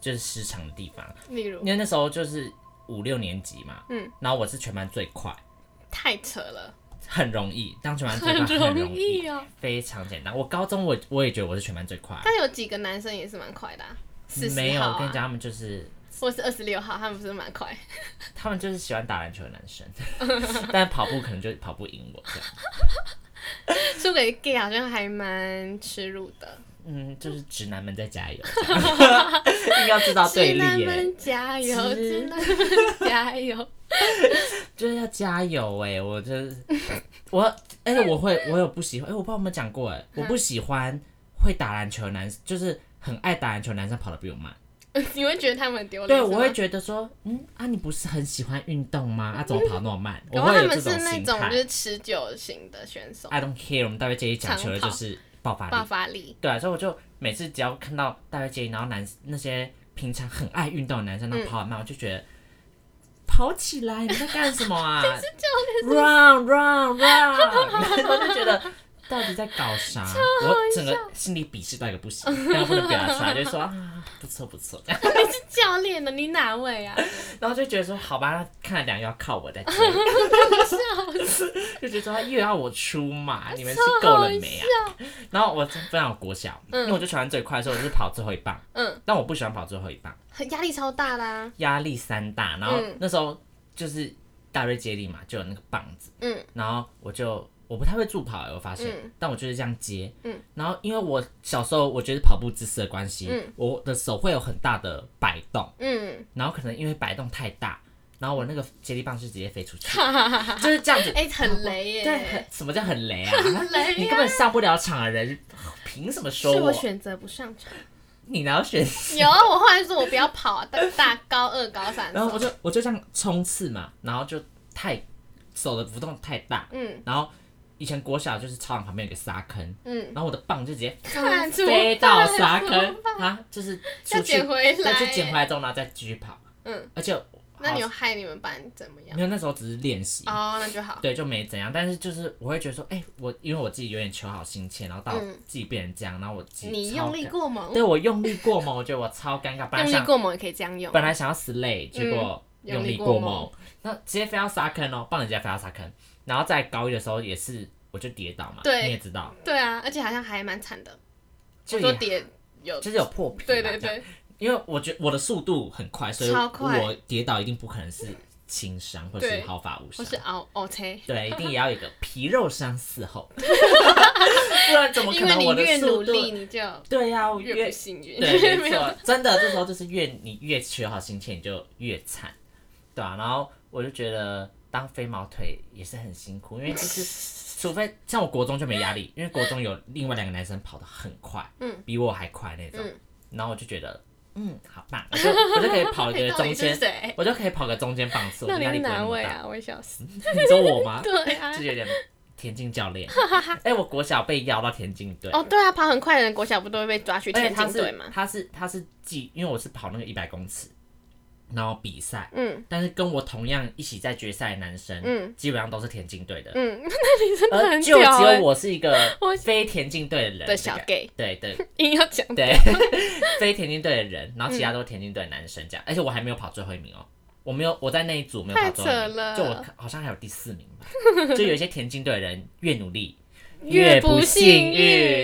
Speaker 2: 就是失常的地方，
Speaker 1: 例如
Speaker 2: 因为那时候就是五六年级嘛，嗯，然后我是全班最快，
Speaker 1: 太扯了，
Speaker 2: 很容易当全班最
Speaker 1: 很
Speaker 2: 快，很容
Speaker 1: 容
Speaker 2: 易，
Speaker 1: 易哦、
Speaker 2: 非常简单。我高中我我也觉得我是全班最快，
Speaker 1: 但有几个男生也是蛮快的、啊，四
Speaker 2: 没
Speaker 1: 十
Speaker 2: 有，
Speaker 1: 号、
Speaker 2: 我跟你
Speaker 1: 啊，
Speaker 2: 讲，他们就是
Speaker 1: 或是二十六号，他们不是蛮快。
Speaker 2: 他们就是喜欢打篮球的男生， 但跑步可能就跑不赢我这样。
Speaker 1: 输给 gay 好像还蛮耻辱的。
Speaker 2: 嗯，就是直男们在加油，这样 硬要制造对
Speaker 1: 直
Speaker 2: 立
Speaker 1: 男
Speaker 2: 耶，
Speaker 1: 们加油，
Speaker 2: 直
Speaker 1: 直男们加 油。
Speaker 2: 就是要加油哎！我就是我，而且我会，我有不喜欢，哎，我不知道有没有讲过哎，我不喜欢会打篮球的男，就是很爱打篮球的男生跑得比我慢。
Speaker 1: 哦你会觉得他们很丢脸？
Speaker 2: 对，
Speaker 1: 是吗
Speaker 2: 我会。觉得说，嗯啊，你不是很喜欢运动吗？啊，怎么跑那么慢？我
Speaker 1: 然后
Speaker 2: 会
Speaker 1: 他
Speaker 2: 有
Speaker 1: 们
Speaker 2: 这
Speaker 1: 是那
Speaker 2: 心
Speaker 1: 种就
Speaker 2: 态。啊
Speaker 1: 是持久型的选手，
Speaker 2: I don't care，我们大卫接力讲求的就
Speaker 1: 长跑
Speaker 2: 是爆发力
Speaker 1: 爆。发力。
Speaker 2: 对啊，所以我就每次只要看到大学接力，然后男那些平常很爱运动的男生，然后跑很慢，我就觉得跑起来你在干什么啊？Run run run！然后就觉得到底在搞啥？我整个心里鄙视到一个不行，但又不能表达出来，就说啊不错不错这样，
Speaker 1: 你是教练的，你哪位啊？
Speaker 2: 然后就觉得说好吧，那看来两个要靠我在 接，就觉得说又要我出 马，你们是够了没啊？然后我分享我国小，因为我就喜欢最快，所以我是跑最后一棒，
Speaker 1: 嗯，
Speaker 2: 但我不喜欢跑最后一棒。
Speaker 1: 很压力超大啊啦。
Speaker 2: 压力山大，然后
Speaker 1: 嗯
Speaker 2: 那时候就是大瑞接力嘛，就有那个棒子，
Speaker 1: 嗯，
Speaker 2: 然后我就我不太会助跑、欸，我发现，
Speaker 1: 嗯
Speaker 2: 但我就是这样接，
Speaker 1: 嗯，
Speaker 2: 然后因为我小时候我觉得跑步姿势的关系，
Speaker 1: 嗯
Speaker 2: 我的手会有很大的摆动，
Speaker 1: 嗯，
Speaker 2: 然后可能因为摆动太大，然后我那个接力棒是直接飞出去，就是这样子，
Speaker 1: 哎、很雷耶、
Speaker 2: 对，很什么叫很 雷啊？
Speaker 1: 很雷
Speaker 2: 你
Speaker 1: 呀
Speaker 2: 根本上不了场的人，凭什么说
Speaker 1: 是
Speaker 2: 我？
Speaker 1: 我选择不上场。
Speaker 2: 你哪有选
Speaker 1: 有，我后来说我不要跑啊，大大高二高三的时
Speaker 2: 然后我
Speaker 1: 候，
Speaker 2: 就我就这样冲刺嘛，然后就太手的浮动太大，
Speaker 1: 嗯
Speaker 2: 然后以前国小就是操场旁边有个沙坑，
Speaker 1: 嗯，
Speaker 2: 然后我的棒就直接
Speaker 1: 看出
Speaker 2: 飞到 沙
Speaker 1: 来了
Speaker 2: 坑啊，就是
Speaker 1: 要
Speaker 2: 出去
Speaker 1: 捡回来、
Speaker 2: 对，就捡回来之后，然后再继续跑。
Speaker 1: 嗯，
Speaker 2: 而且我
Speaker 1: 那你有
Speaker 2: 好
Speaker 1: 害你们班怎么样
Speaker 2: 没？有那时候只是练习，
Speaker 1: 哦，那就好。
Speaker 2: 对，就没怎样。但是就是我会觉得说，哎、我因为我自己有点求好心切，然后到
Speaker 1: 嗯
Speaker 2: 自己变成这样，然后我自己
Speaker 1: 你
Speaker 2: 超
Speaker 1: 用力
Speaker 2: 尴，
Speaker 1: 过猛，
Speaker 2: 对我用力过猛，我觉得我超尴尬。本来
Speaker 1: 用力
Speaker 2: 想
Speaker 1: 过猛也可以这样用。
Speaker 2: 本来想要 slay，结果
Speaker 1: 嗯
Speaker 2: 用力
Speaker 1: 用力
Speaker 2: 过
Speaker 1: 过
Speaker 2: 猛
Speaker 1: 猛，
Speaker 2: 那直接飞到沙坑哦，棒子直接飞到沙坑。然后在高一的时候也是，我就跌倒嘛，
Speaker 1: 对
Speaker 2: 你也知道，
Speaker 1: 对啊，而且好像还蛮惨的，
Speaker 2: 就
Speaker 1: 我说
Speaker 2: 也
Speaker 1: 跌有，
Speaker 2: 就是有破皮嘛，
Speaker 1: 对对
Speaker 2: 这样，
Speaker 1: 对，
Speaker 2: 因为我觉我的速度很快，所以
Speaker 1: 超快
Speaker 2: 我跌倒一定不可能是轻伤或是
Speaker 1: 对
Speaker 2: 毫发无
Speaker 1: 我
Speaker 2: 伤，
Speaker 1: 是熬 OK，
Speaker 2: 对，一定也要有一个皮肉伤四后，不然怎么可
Speaker 1: 因为
Speaker 2: 能
Speaker 1: 你
Speaker 2: 我的
Speaker 1: 越
Speaker 2: 速
Speaker 1: 努
Speaker 2: 度？
Speaker 1: 力，你就
Speaker 2: 对呀、我
Speaker 1: 越
Speaker 2: 越
Speaker 1: 不幸运，
Speaker 2: 对，没
Speaker 1: 没有
Speaker 2: 错，真的，这时候就是越你越求好心切，你就越惨，对啊，然后我就觉得当飞毛腿也是很辛苦，因为就是 除非像我国中就没压力，因为国中有另外两个男生跑得很快，
Speaker 1: 嗯，
Speaker 2: 比我还快那种，
Speaker 1: 嗯
Speaker 2: 然后我就觉得，嗯，好 棒，我就我就可以跑
Speaker 1: 你
Speaker 2: 个
Speaker 1: 哎到
Speaker 2: 中
Speaker 1: 底是
Speaker 2: 间，
Speaker 1: 谁？
Speaker 2: 我就可以跑个中间棒次，我
Speaker 1: 那
Speaker 2: 就
Speaker 1: 你
Speaker 2: 压力
Speaker 1: 是
Speaker 2: 不会那
Speaker 1: 哪
Speaker 2: 么
Speaker 1: 位
Speaker 2: 大。
Speaker 1: 啊？我也笑死。
Speaker 2: 你说我吗？
Speaker 1: 对啊
Speaker 2: 就，有点田径教练，哎，我国小被邀到田径队。
Speaker 1: 哦对啊，跑很快的人国小不都会被抓去
Speaker 2: 而且
Speaker 1: 田
Speaker 2: 他
Speaker 1: 径队
Speaker 2: 是
Speaker 1: 吗？
Speaker 2: 他是他是记，因为我是跑那个一百公尺，然后比赛，
Speaker 1: 嗯
Speaker 2: 但是跟我同样一起在决赛的男生，
Speaker 1: 嗯
Speaker 2: 基本上都是田径队的，
Speaker 1: 嗯， 那你真的
Speaker 2: 而
Speaker 1: 很
Speaker 2: 呃就只
Speaker 1: 屌
Speaker 2: 有
Speaker 1: 欸
Speaker 2: 我是一个
Speaker 1: 我
Speaker 2: 非田径队的人，
Speaker 1: 的小
Speaker 2: 这个
Speaker 1: gay，
Speaker 2: 对对
Speaker 1: 硬要讲
Speaker 2: 对，非田径队的人，然后其他都是田径队的男生这样，而且我还没有跑最后一名哦。我没有，我在那一组没 有跑
Speaker 1: 太
Speaker 2: 最后一名，
Speaker 1: 扯了
Speaker 2: 就我好像还有第四名吧。就有一些田径队的人越努力
Speaker 1: 越
Speaker 2: 不
Speaker 1: 不
Speaker 2: 幸
Speaker 1: 幸
Speaker 2: 运，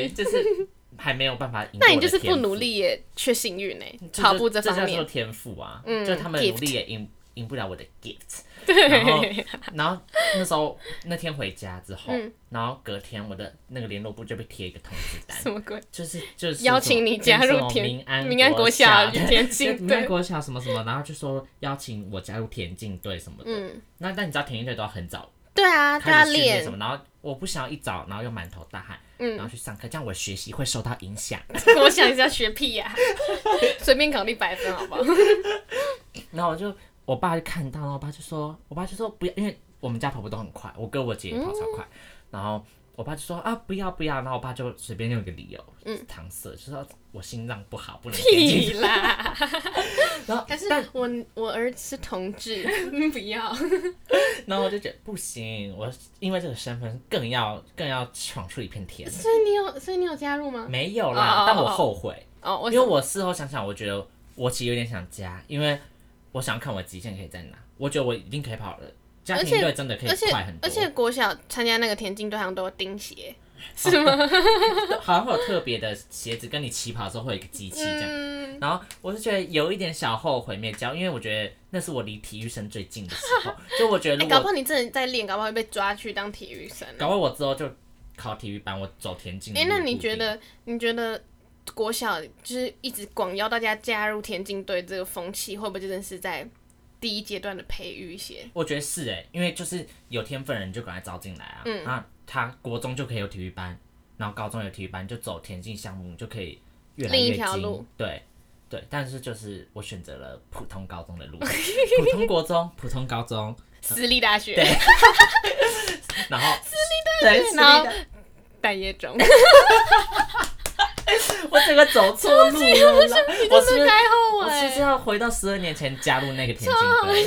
Speaker 1: 运
Speaker 2: 就是还没有办法赢过
Speaker 1: 那你
Speaker 2: 我的天赋。
Speaker 1: 就是不努力也缺幸运呢、
Speaker 2: 这
Speaker 1: 跑
Speaker 2: 就
Speaker 1: 步方
Speaker 2: 这叫做
Speaker 1: 面，
Speaker 2: 天赋啊，
Speaker 1: 嗯
Speaker 2: 就是他们
Speaker 1: gift
Speaker 2: 努力也赢赢不了我的 gift。然后
Speaker 1: 对，
Speaker 2: 然后那时候那天回家之后，
Speaker 1: 嗯
Speaker 2: 然后隔天我的那个联络部就被贴一个通知 单，
Speaker 1: 什么鬼？
Speaker 2: 就是就是
Speaker 1: 邀请你加入
Speaker 2: 什么
Speaker 1: 田
Speaker 2: 民安
Speaker 1: 民安
Speaker 2: 国
Speaker 1: 国小
Speaker 2: 对
Speaker 1: 田径
Speaker 2: 民
Speaker 1: 队
Speaker 2: 安国小什么什么，然后就说邀请我加入田径队什么的。
Speaker 1: 嗯，
Speaker 2: 那但你知道田径队都要很早
Speaker 1: 对啊，对啊，
Speaker 2: 开始训练
Speaker 1: 练
Speaker 2: 什么，然后我不想要一早，然后又满头大汗，
Speaker 1: 嗯
Speaker 2: 然后去上课，这样我的学习会受到影响。
Speaker 1: 我想一下学屁呀、随便考一百分好不好？
Speaker 2: 然后我就我爸就看到，然后我爸就说，我爸就说不要，因为我们家跑步都很快，我哥我姐也跑超快，
Speaker 1: 嗯
Speaker 2: 然后我爸就说啊不要不要，然后我爸就随便用一个理由，嗯，搪塞，就说我心脏不好，不能跟进。
Speaker 1: 屁 啦！
Speaker 2: 然后
Speaker 1: 但是
Speaker 2: 但
Speaker 1: 我我儿子是同志，不要。
Speaker 2: 然后我就觉得不行，我因为这个身份更要更要闯出一片天。
Speaker 1: 所以你有，所以你有加入吗？
Speaker 2: 没有
Speaker 1: 哦哦
Speaker 2: 啦
Speaker 1: 哦，
Speaker 2: 但我后悔，
Speaker 1: 哦，我
Speaker 2: 因为我事后想想，我觉得我其实有点想加，因为我想看我极限可以在哪，我觉得我一定可以跑了。家
Speaker 1: 而且
Speaker 2: 庭队真的可以
Speaker 1: 而且
Speaker 2: 快很多，
Speaker 1: 而且国小参加那个田径队好像都有钉鞋，是吗？
Speaker 2: 好像会有特别的鞋子，跟你起跑的时候会有一个机器这样。
Speaker 1: 嗯，
Speaker 2: 然后我是觉得有一点小后悔没教，因为我觉得那是我离体育生最近的时 候，就我觉得
Speaker 1: 哎、
Speaker 2: 如
Speaker 1: 搞不
Speaker 2: 果
Speaker 1: 好你真的在练，搞不好会被抓去当体育生。
Speaker 2: 搞完我之后就考体育班，我走田径的
Speaker 1: 哎、
Speaker 2: 嗯路不一定。
Speaker 1: 那你觉得？你觉得国小就是一直广邀大家加入田径队这个风气，会不会就真的是在第一阶段的培育一些？
Speaker 2: 我觉得是哎、因为就是有天分的人就赶快招进来啊，
Speaker 1: 嗯
Speaker 2: 那、他国中就可以有体育班，然后高中有体育班，就走田径项目就可以越来
Speaker 1: 另一
Speaker 2: 越
Speaker 1: 条
Speaker 2: 精
Speaker 1: 路，
Speaker 2: 对对，但是就是我选择了普通高中的 路，普通国中、普通高中，
Speaker 1: 私立大学，
Speaker 2: 对然后私立的，对，私
Speaker 1: 然后
Speaker 2: 立的，
Speaker 1: 待业中，
Speaker 2: 我整个走错路了啦，我是不是
Speaker 1: 太后
Speaker 2: 我是
Speaker 1: 悔。
Speaker 2: 不是要回到十二年前加入那个田径队？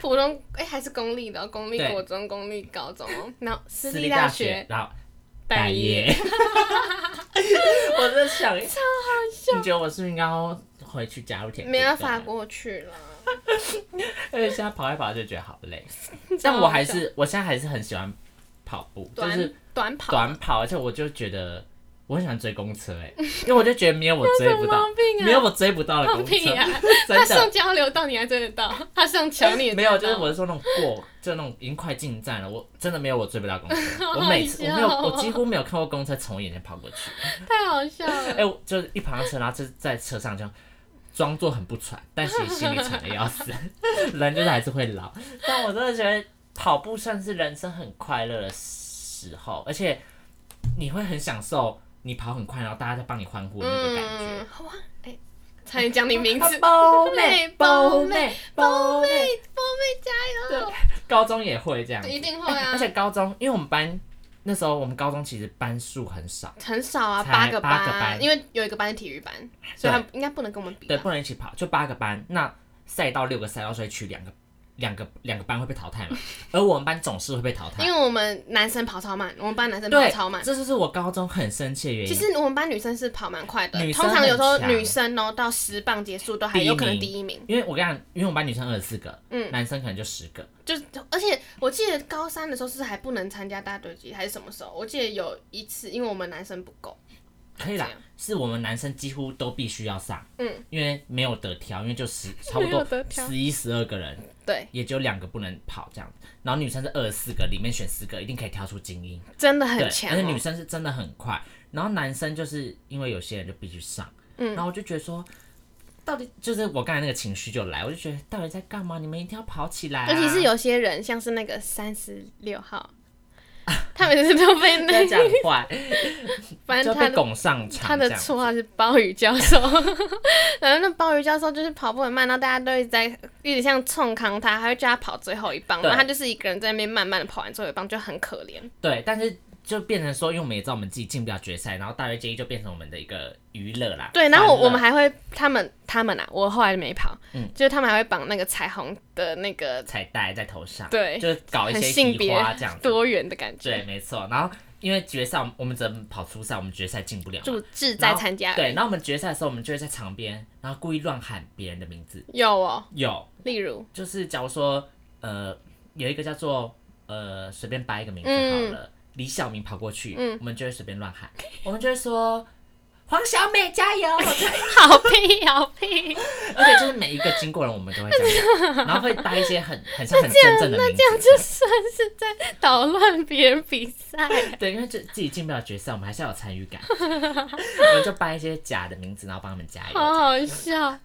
Speaker 1: 普通哎、还是公立的哦、公立
Speaker 2: 对
Speaker 1: 国中、公立高中哦，然后私
Speaker 2: 私
Speaker 1: 立
Speaker 2: 立
Speaker 1: 大
Speaker 2: 大
Speaker 1: 学
Speaker 2: 学，然后
Speaker 1: 待业。，
Speaker 2: 我在想，超好笑。你觉得我是不是应该要回去加入田径队？
Speaker 1: 没办法过去了。
Speaker 2: 而且现在跑来跑去就觉得好 累，但我还是我现在还是很喜欢跑步，就
Speaker 1: 短、
Speaker 2: 是
Speaker 1: 短跑，
Speaker 2: 短跑，而且我就觉得我很喜欢追公车哎、因为我就觉得没有我追 不到
Speaker 1: 毛病，啊
Speaker 2: 没有我追不啊到的
Speaker 1: 放
Speaker 2: 公
Speaker 1: 屁
Speaker 2: 车，
Speaker 1: 呀、 他
Speaker 2: 真
Speaker 1: 上
Speaker 2: 的。哎
Speaker 1: 交流道你还追得到，他上桥你也哦
Speaker 2: 没
Speaker 1: 追得到
Speaker 2: 有，就是我是说那种过，就那种已经快进站了，我真的没有我追不到公车。
Speaker 1: 好
Speaker 2: 我每次
Speaker 1: 好笑
Speaker 2: 我没有，
Speaker 1: 哦
Speaker 2: 我几乎没有看过公车从我眼前跑过去。
Speaker 1: 太好笑了。
Speaker 2: 哎、我就是一旁的车，然后就是在车上就装作很不喘，但其实心里喘的要死。 人就是还是会老，但我真的觉得跑步算是人生很快乐的时候，而且你会很享受你跑很快，然后大家在帮你欢呼的那个感觉。啊
Speaker 1: 嗯，好啊，哎、差点讲你名字，
Speaker 2: 包
Speaker 1: 妹
Speaker 2: 包
Speaker 1: 包妹，
Speaker 2: 包妹，
Speaker 1: 波妹加油！
Speaker 2: 高中也会这样子，
Speaker 1: 一定会啊
Speaker 2: 哎而且高中，因为我们班那时候我们高中其实班数很少，
Speaker 1: 很少啊，
Speaker 2: 才
Speaker 1: 八个
Speaker 2: 八个班
Speaker 1: 因为有一个班是体育班，所以他应该不能跟我们比
Speaker 2: 对，
Speaker 1: 吧。
Speaker 2: 不能一起跑，就八个班，那赛道六个赛道，所以取两个两个两个班会被淘 汰嘛，而我们班总是会被淘汰
Speaker 1: 因。为我们男生跑超慢，我们班男生跑
Speaker 2: 对，
Speaker 1: 超慢。
Speaker 2: 这就是我高中很生气的原因。
Speaker 1: 其实我们班女生是跑蛮快的，
Speaker 2: 女生
Speaker 1: 通常有时候
Speaker 2: 很强
Speaker 1: 女生哦到十棒结束都还
Speaker 2: 第一
Speaker 1: 有可能
Speaker 2: 名
Speaker 1: 第一名，
Speaker 2: 因为我跟你讲，因为我们班女生二十四个，
Speaker 1: 嗯
Speaker 2: 男生可能就十个，
Speaker 1: 就是而且我记得高三的时候是还不能参加大队级还是什么时候？我记得有一次，因为我们男生不够，
Speaker 2: 可以啦
Speaker 1: 这样。
Speaker 2: 是我们男生几乎都必须要上，
Speaker 1: 嗯，
Speaker 2: 因为没有得挑，因为就十差不
Speaker 1: 没有
Speaker 2: 多
Speaker 1: 得挑
Speaker 2: 十一十二个人，
Speaker 1: 对，
Speaker 2: 也只有两个不能跑这样。然后女生是二十四个，里面选十个，一定可以挑出精英。
Speaker 1: 真的很
Speaker 2: 对，
Speaker 1: 强、
Speaker 2: 而且女
Speaker 1: 哦。
Speaker 2: 生是真的很快，然后男生就是因为有些人就必须上，嗯，然后我就觉得说，到底就是我刚才那个情绪就来，我就觉得到底在干嘛？你们一定要跑起来、啊，
Speaker 1: 尤其是有些人，像是那个三十六 号，他每次都被那，
Speaker 2: 在讲坏，
Speaker 1: 反
Speaker 2: 就
Speaker 1: 正
Speaker 2: 被
Speaker 1: 他的
Speaker 2: 拱上场
Speaker 1: 他的
Speaker 2: 这样
Speaker 1: 绰号是鲍鱼教授， 然后那鲍鱼教授就是跑步很慢，然后大家都一直在有点像冲扛他，还会叫他跑最后一棒，
Speaker 2: 对
Speaker 1: 然后他就是一个人在那边慢慢的跑完最后一棒，就很可怜。
Speaker 2: 对，但是。就变成说，因为我们也知道我们自己进不了决赛，然后大学接一就变成我们的一个娱乐啦。
Speaker 1: 对，然后我
Speaker 2: 欢乐
Speaker 1: 我们还会他们他们啊，我后来没跑，
Speaker 2: 嗯
Speaker 1: 就是他们还会绑那个彩虹的那个
Speaker 2: 彩带在头上，
Speaker 1: 对
Speaker 2: 就是搞一
Speaker 1: 很
Speaker 2: 些
Speaker 1: 性
Speaker 2: 移
Speaker 1: 别
Speaker 2: 花这 样子。
Speaker 1: 多元的感
Speaker 2: 对，
Speaker 1: 觉，
Speaker 2: 没错。然后因为决赛，我们我们只能跑初赛，我们决赛进不了嘛。
Speaker 1: 就志
Speaker 2: 然
Speaker 1: 在
Speaker 2: 后
Speaker 1: 参加而已。
Speaker 2: 对，然后我们决赛的时候，我们就会在场边，然后故意乱喊别人的名字。
Speaker 1: 有哦，
Speaker 2: 有，
Speaker 1: 例如
Speaker 2: 就是假如说，呃，有一个叫做呃，随便掰一个名字
Speaker 1: 嗯
Speaker 2: 好了，李小明跑过去，我们就会随便乱喊，我们就会说。黄小美 加油！
Speaker 1: 好屁好屁，
Speaker 2: 而且就是每一个经过人，我们都会这样喊，然后会搭一些很很像很真正的名字。
Speaker 1: 这样就算是在捣乱别人比赛。
Speaker 2: 对，因为就自己进不了决赛，我们还是要有参与感，我们就掰一些假的名字，然后帮他们加油。
Speaker 1: 好好笑，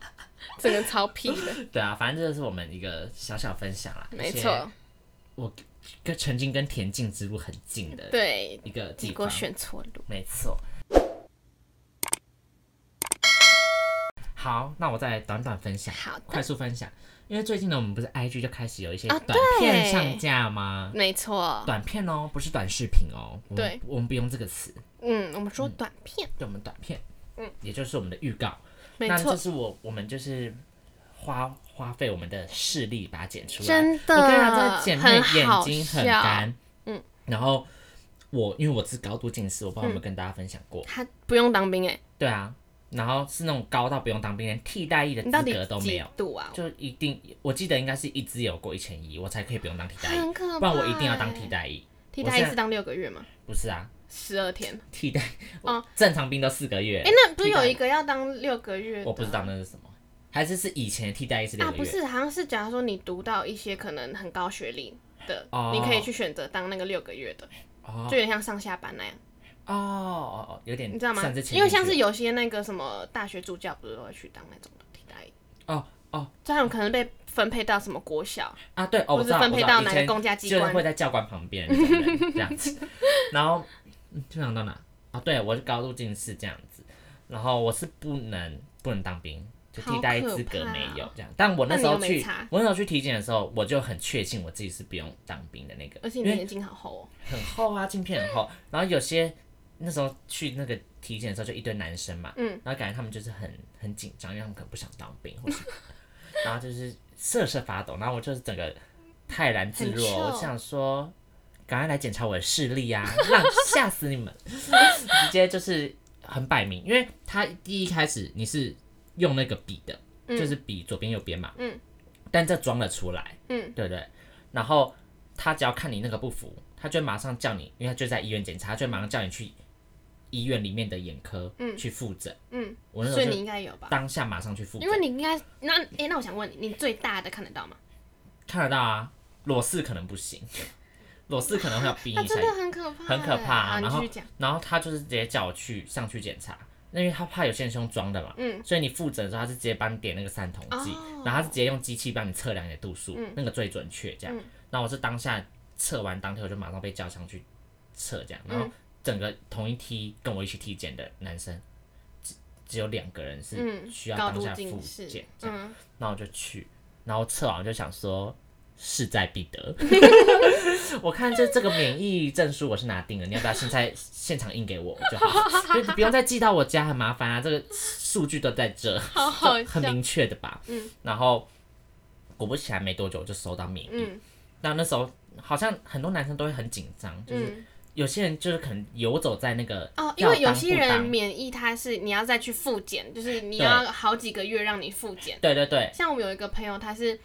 Speaker 1: 整个超屁的，
Speaker 2: 对啊，反正这就是我们一个小小分享啦。
Speaker 1: 没错。
Speaker 2: 我跟曾经跟田径之路很近的
Speaker 1: 对，
Speaker 2: 一个
Speaker 1: 结
Speaker 2: 地
Speaker 1: 果
Speaker 2: 方。
Speaker 1: 选错路。
Speaker 2: 没错。好，那我再来短短分享，
Speaker 1: 好的
Speaker 2: 快速分享，因为最近呢，我们不是 IG 就开始有一些
Speaker 1: 啊
Speaker 2: 短片
Speaker 1: 对
Speaker 2: 上架吗？
Speaker 1: 没错，
Speaker 2: 短片哦，不是短视频哦。我们
Speaker 1: 对，
Speaker 2: 我们不用这个词，
Speaker 1: 嗯，我们说短片，
Speaker 2: 对我们短片，
Speaker 1: 嗯，
Speaker 2: 也就是我们的预告。
Speaker 1: 没
Speaker 2: 那
Speaker 1: 错
Speaker 2: 这，是我我们就是花花费我们的视力把它剪出来。
Speaker 1: 真的，
Speaker 2: 我跟她这姐妹
Speaker 1: 很
Speaker 2: 眼
Speaker 1: 好
Speaker 2: 睛很
Speaker 1: 笑
Speaker 2: 干，
Speaker 1: 嗯，
Speaker 2: 然后我因为我是高度近视，我不知道有没有跟大家分享过。
Speaker 1: 他不用当兵哎、
Speaker 2: 对啊，然后是那种高到不用当兵，连替代役的
Speaker 1: 你到
Speaker 2: 资
Speaker 1: 底
Speaker 2: 格都没
Speaker 1: 几
Speaker 2: 有，
Speaker 1: 度啊？
Speaker 2: 就一定我记得应该是一支有过一千一，我才可以不用当替代役，
Speaker 1: 很可怕，欸
Speaker 2: 不然我一定要当替。代役。
Speaker 1: 替
Speaker 2: 我
Speaker 1: 代
Speaker 2: 现
Speaker 1: 一
Speaker 2: 在
Speaker 1: 次当六个月吗？
Speaker 2: 不是啊，
Speaker 1: 十二天。
Speaker 2: 替代
Speaker 1: 哦
Speaker 2: 正常兵都四个月
Speaker 1: 哎、，那不是
Speaker 2: 替代
Speaker 1: 有一个要当六个月？
Speaker 2: 我不知道那是什么，还是是以前的替代役是
Speaker 1: 啊
Speaker 2: 六，个
Speaker 1: 不
Speaker 2: 月。
Speaker 1: 是，好像是假如说你读到一些可能很高学历的，
Speaker 2: 哦
Speaker 1: 你可以去选择当那个六个月的，
Speaker 2: 哦
Speaker 1: 就有点像上下班那样，
Speaker 2: 哦哦，哦有点
Speaker 1: 你知道吗
Speaker 2: 算是？前
Speaker 1: 因为
Speaker 2: 进
Speaker 1: 像
Speaker 2: 去
Speaker 1: 是有些那个什么大学助教，不是都会去当那种的替代役，
Speaker 2: 哦哦
Speaker 1: 就他们可能被分配到什么国小，
Speaker 2: 啊，对哦，
Speaker 1: 或
Speaker 2: 我
Speaker 1: 是
Speaker 2: 知道，
Speaker 1: 分
Speaker 2: 我
Speaker 1: 配
Speaker 2: 知道
Speaker 1: 到
Speaker 2: 以
Speaker 1: 哪个
Speaker 2: 前
Speaker 1: 公家机
Speaker 2: 就是
Speaker 1: 关
Speaker 2: 会在教官旁边的那种人这样子。 然后嗯就想到哪啊？对，我是高度近视这样子，然后我是不能不能当兵，就替代役
Speaker 1: 好可
Speaker 2: 资格
Speaker 1: 怕
Speaker 2: 没有
Speaker 1: 哦
Speaker 2: 这样。但我那时候
Speaker 1: 那你有没
Speaker 2: 去
Speaker 1: 查，
Speaker 2: 我那时候去体检的时候，我就很确信我自己是不用当兵的那个，
Speaker 1: 而且
Speaker 2: 因
Speaker 1: 你的
Speaker 2: 为
Speaker 1: 眼睛好厚哦，
Speaker 2: 很厚啊，镜片很厚。然后有些那时候去那个体检的时候，就一堆男生嘛，
Speaker 1: 嗯，
Speaker 2: 然后感觉他们就是很很紧张，因为他们可能不想当兵，或是然后就是瑟瑟发抖，然后我就是整个泰然自若，
Speaker 1: 很
Speaker 2: 我
Speaker 1: 臭
Speaker 2: 想说赶快来检查我的视力啊，让吓死你们， 直接就是很摆明，因为他第一开始你是用那个笔的，就是笔左边右边嘛，
Speaker 1: 嗯，
Speaker 2: 但这装了出来，
Speaker 1: 嗯，
Speaker 2: 对不对？然后他只要看你那个不服，他就会马上叫你，因为他就在医院检查，他就会马上叫你去医院里面的眼科，去复诊，
Speaker 1: 嗯，
Speaker 2: 我那时
Speaker 1: 所
Speaker 2: 候
Speaker 1: 以
Speaker 2: 就
Speaker 1: 你应该有吧？
Speaker 2: 当下马上去复诊
Speaker 1: 因，为你应该那哎、那我想问你，你最大的看得到吗？
Speaker 2: 看得到啊，裸视可能不行，裸视可能会要逼
Speaker 1: 那
Speaker 2: 一下
Speaker 1: 真的很可怕欸，
Speaker 2: 很可怕、啊
Speaker 1: 好你
Speaker 2: 然
Speaker 1: 继
Speaker 2: 后
Speaker 1: 续讲，
Speaker 2: 然后他就是直接叫我去上去检查，那因为他怕有些人是用装的嘛，
Speaker 1: 嗯
Speaker 2: 所以你复诊的时候他是直接帮你点那个散瞳剂，
Speaker 1: 哦嗯
Speaker 2: 然后他是直接用机器帮你测量你的度数，那个最准确这样。那、我是当下测完当天我就马上被叫上去测这样，然
Speaker 1: 嗯
Speaker 2: 后整个同一梯跟我一起体检的男生。只只有两个人是
Speaker 1: 嗯
Speaker 2: 需要
Speaker 1: 高
Speaker 2: 当
Speaker 1: 度
Speaker 2: 下复
Speaker 1: 近视
Speaker 2: 检，这样。
Speaker 1: 嗯，
Speaker 2: 然后我就去，然后测完就想说势在必得。 我看这这个免疫证书我是拿定了，你要不要现在现场印给我就好，因为不用再寄到我家，很麻烦啊。这个数据都在这，
Speaker 1: 好好
Speaker 2: 很
Speaker 1: 笑，
Speaker 2: 明确的吧？嗯。然后果不其然，没多久我就收到免疫。
Speaker 1: 嗯
Speaker 2: 那、那时候好像很多男生都会很紧张，就是
Speaker 1: 嗯，
Speaker 2: 有些人就是可能游走在那个
Speaker 1: 哦，因
Speaker 2: 要
Speaker 1: 为有
Speaker 2: 当
Speaker 1: 些
Speaker 2: 不
Speaker 1: 人
Speaker 2: 当
Speaker 1: 免疫它是你要再去复检，就是你要好几个月让你复检。
Speaker 2: 对对对
Speaker 1: 像我有一个朋友，他是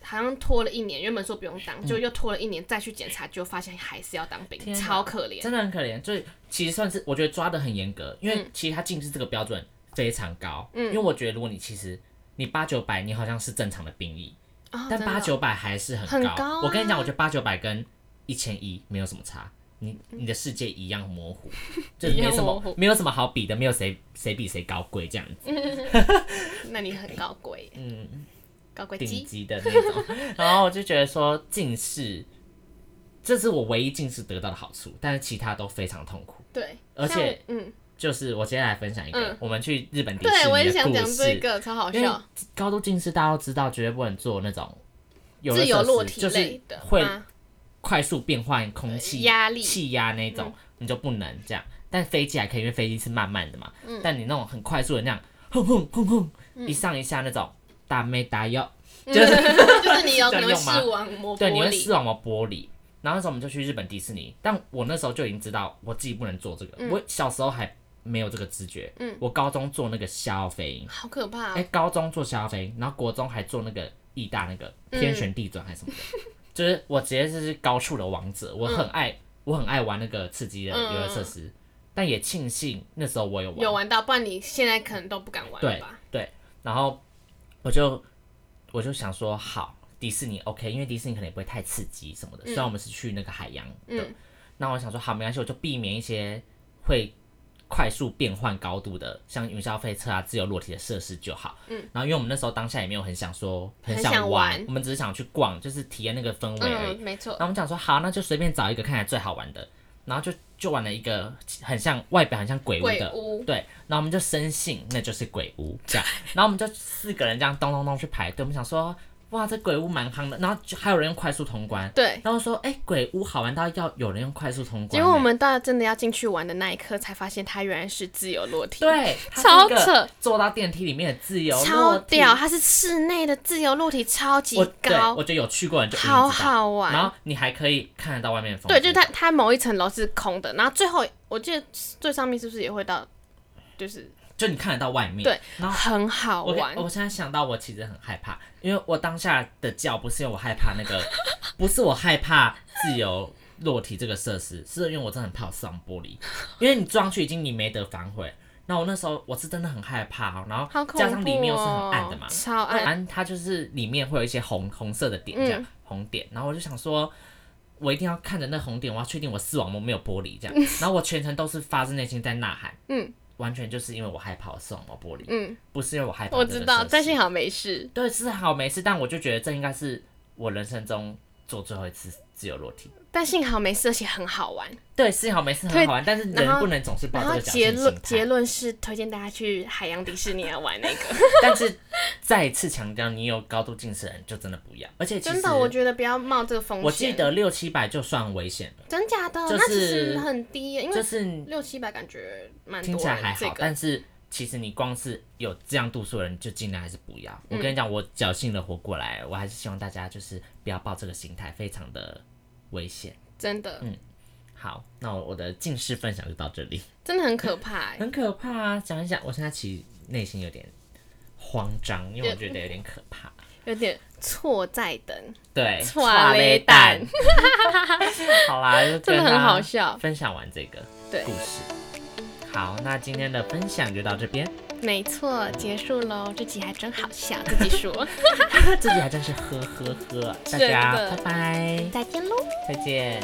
Speaker 1: 好像拖了一年，原本说不用当，就又拖了一年再去检查，就发现还是要当兵，
Speaker 2: 嗯天哪
Speaker 1: 超可怜。
Speaker 2: 真的很可怜。就是其实算是我觉得抓的很严格，因为
Speaker 1: 嗯
Speaker 2: 其实他近视这个标准非常高。嗯，因为我觉得如果你其实你八九百，你好像是正常的兵役，
Speaker 1: 哦
Speaker 2: 但
Speaker 1: 真的
Speaker 2: 八
Speaker 1: 哦
Speaker 2: 九百还是很
Speaker 1: 很高啊
Speaker 2: 我跟你讲，我觉得八九百跟一千一没有什么差。你你的世界一样模 糊，就是没什
Speaker 1: 嗯一样模
Speaker 2: 么
Speaker 1: 糊
Speaker 2: 没有什么好比的，没有谁谁比谁高贵这样子，
Speaker 1: 那你很高贵，嗯，高贵
Speaker 2: 顶
Speaker 1: 鸡，
Speaker 2: 级的那种。然后我就觉得说近视，这是我唯一近视得到的好处，但是其他都非常痛苦。
Speaker 1: 对，
Speaker 2: 而
Speaker 1: 像
Speaker 2: 且
Speaker 1: 我嗯，
Speaker 2: 就是我接下来分享一个、
Speaker 1: 嗯
Speaker 2: 我们去日本迪士尼
Speaker 1: 对
Speaker 2: 的
Speaker 1: 我也想
Speaker 2: 故
Speaker 1: 讲
Speaker 2: 事
Speaker 1: 这个，超好
Speaker 2: 因为
Speaker 1: 笑，
Speaker 2: 高度近视大家都知道，绝对不能做那种游乐
Speaker 1: 自由
Speaker 2: 设施
Speaker 1: 落体
Speaker 2: 就是
Speaker 1: 类的
Speaker 2: 会
Speaker 1: 吗
Speaker 2: 快速变换空气
Speaker 1: 压力嗯
Speaker 2: 气压那种、你就不能这样。但飞机还可以，因为飞机是慢慢的嘛。
Speaker 1: 嗯
Speaker 2: 但你那种很快速的那样，轰轰轰轰，一上一下那种，打没打药，就是
Speaker 1: 嗯 就是你有可能会
Speaker 2: 这样用吗
Speaker 1: 视网膜
Speaker 2: 对，你
Speaker 1: 玻
Speaker 2: 会
Speaker 1: 璃，
Speaker 2: 视网膜玻璃。然后那时候我们就去日本迪士尼，但我那时候就已经知道我自己不能做这个，我小时候还没有这个知觉。嗯，我高中做那个逍遥飞鹰，
Speaker 1: 好可怕
Speaker 2: 哎、
Speaker 1: 哦，
Speaker 2: 高中做逍遥飞鹰，然后国中还做那个义大那个天旋地转还是什么的，就是我直接就是高处的王者，我很爱、我很爱玩那个刺激的游乐设施，但也庆幸那时候我有玩，
Speaker 1: 有玩到，不然你现在可能都不敢玩了
Speaker 2: 对
Speaker 1: 吧？
Speaker 2: 对，然后我就我就想说，好，迪士尼 OK，因为迪士尼可能也不会太刺激什么的。虽
Speaker 1: 嗯
Speaker 2: 然我们是去那个海洋的，那我想说，好，没关系，我就避免一些会快速变换高度的，像云霄飞车啊、自由落体的设施就好。嗯，然后因为我们那时候当下也没有很想说很
Speaker 1: 很
Speaker 2: 想
Speaker 1: 想
Speaker 2: 玩，
Speaker 1: 玩
Speaker 2: 我们只是想去逛，就是体验那个氛围而已。
Speaker 1: 嗯，没错
Speaker 2: 然，后我们讲说好，那就随便找一个看起来最好玩的，然后就就玩了一个很像外表很像鬼屋
Speaker 1: 鬼
Speaker 2: 的，
Speaker 1: 屋，
Speaker 2: 对，然后我们就深信那就是鬼屋这样，然后我们就四个人这样咚咚咚去排队，我们想说哇这鬼屋蛮夯的，然后就还有人用快速通关，
Speaker 1: 对。
Speaker 2: 然后说哎、鬼屋好玩到要有人用快速通关欸，
Speaker 1: 结果我们到真的要进去玩的那一刻，才发现它原来是自由落体，，
Speaker 2: 对
Speaker 1: 超，
Speaker 2: 它是一个
Speaker 1: 扯
Speaker 2: 坐到电梯里面的自由
Speaker 1: 超
Speaker 2: 落体
Speaker 1: 屌，，它是室内的自由落体，超级
Speaker 2: 我对
Speaker 1: 高
Speaker 2: 我，觉得有去过人就一定知
Speaker 1: 好
Speaker 2: 道
Speaker 1: 好玩。
Speaker 2: 然后你还可以看得到外面的风景，
Speaker 1: 对，就是它它某一层楼是空的，然后最后我记得最上面是不是也会到，就是
Speaker 2: 就你看得到外面，
Speaker 1: 对，
Speaker 2: 然后
Speaker 1: 很好
Speaker 2: 我
Speaker 1: 玩。
Speaker 2: 我现在想到，我其实很害怕，因为我当下的叫不是因为我害怕那个， 不是我害怕自由落体这个设施，是因为我真的很怕我撞玻璃，因为你撞上去已经你没得反悔。那我那时候我是真的很害怕哦，然
Speaker 1: 好恐
Speaker 2: 后
Speaker 1: 怖、哦！哦
Speaker 2: 加上里面又是很暗的嘛，
Speaker 1: 超
Speaker 2: 那
Speaker 1: 暗。嗯
Speaker 2: 反正它就是里面会有一些红红色的点这样、红点，然后我就想说。我一定要看着那红点，我要确定我视网膜没有玻璃 这样。然后我全程都是发自内心在呐喊，
Speaker 1: 嗯，
Speaker 2: 完全就是因为我害怕我视网膜玻璃，
Speaker 1: 嗯，
Speaker 2: 不是因为我害怕。
Speaker 1: 我知道，但
Speaker 2: 是
Speaker 1: 幸好没事。
Speaker 2: 对是好没事，但我就觉得这应该是我人生中做最后一次自由落体。
Speaker 1: 但幸好没事，而且很好玩。
Speaker 2: 对，是好没事很
Speaker 1: 对
Speaker 2: 好玩，但是
Speaker 1: 然
Speaker 2: 人
Speaker 1: 后
Speaker 2: 不能总是抱
Speaker 1: 然
Speaker 2: 这
Speaker 1: 后
Speaker 2: 个侥
Speaker 1: 结
Speaker 2: 幸心
Speaker 1: 论结
Speaker 2: 态。
Speaker 1: 论是推荐大家去海洋迪士尼来 玩那欸个。
Speaker 2: 但是再一次强调，你有高度近视的人就真的不要，而且其
Speaker 1: 真
Speaker 2: 实
Speaker 1: 的，我觉得不要冒这个风险。
Speaker 2: 我记得六七百就算危险了，
Speaker 1: 真假的，
Speaker 2: 就是
Speaker 1: 那其实很低耶，因
Speaker 2: 就
Speaker 1: 为
Speaker 2: 是
Speaker 1: 六七百感觉蛮
Speaker 2: 听
Speaker 1: 多
Speaker 2: 起来还
Speaker 1: 人
Speaker 2: 好，
Speaker 1: 这个。
Speaker 2: 但是其实你光是有这样度数的人，就尽量还是不要。我跟你讲，我侥幸的活过来，我还是希望大家就是不要抱这个心态，非常的危险。
Speaker 1: 真的，
Speaker 2: 好，那我的近视分享就到这里，
Speaker 1: 真的很可怕耶。欸
Speaker 2: 很可怕啊！想一想，我现在其实内心有点慌张，因为我觉得有点可怕。
Speaker 1: 有点错在 等，
Speaker 2: 对，
Speaker 1: 错
Speaker 2: 错
Speaker 1: 嘞
Speaker 2: 嘞
Speaker 1: 蛋
Speaker 2: 蛋。好啦，就
Speaker 1: 真
Speaker 2: 跟
Speaker 1: 的很
Speaker 2: 大家
Speaker 1: 好笑
Speaker 2: 分享完这个
Speaker 1: 对
Speaker 2: 故事，好，那今天的分享就到这边。
Speaker 1: 没错，结束喽。这集还真好笑，自己说。
Speaker 2: 自己还真是呵呵呵，
Speaker 1: 真
Speaker 2: 大家
Speaker 1: 的
Speaker 2: 拜拜，
Speaker 1: 再见喽。
Speaker 2: 再见。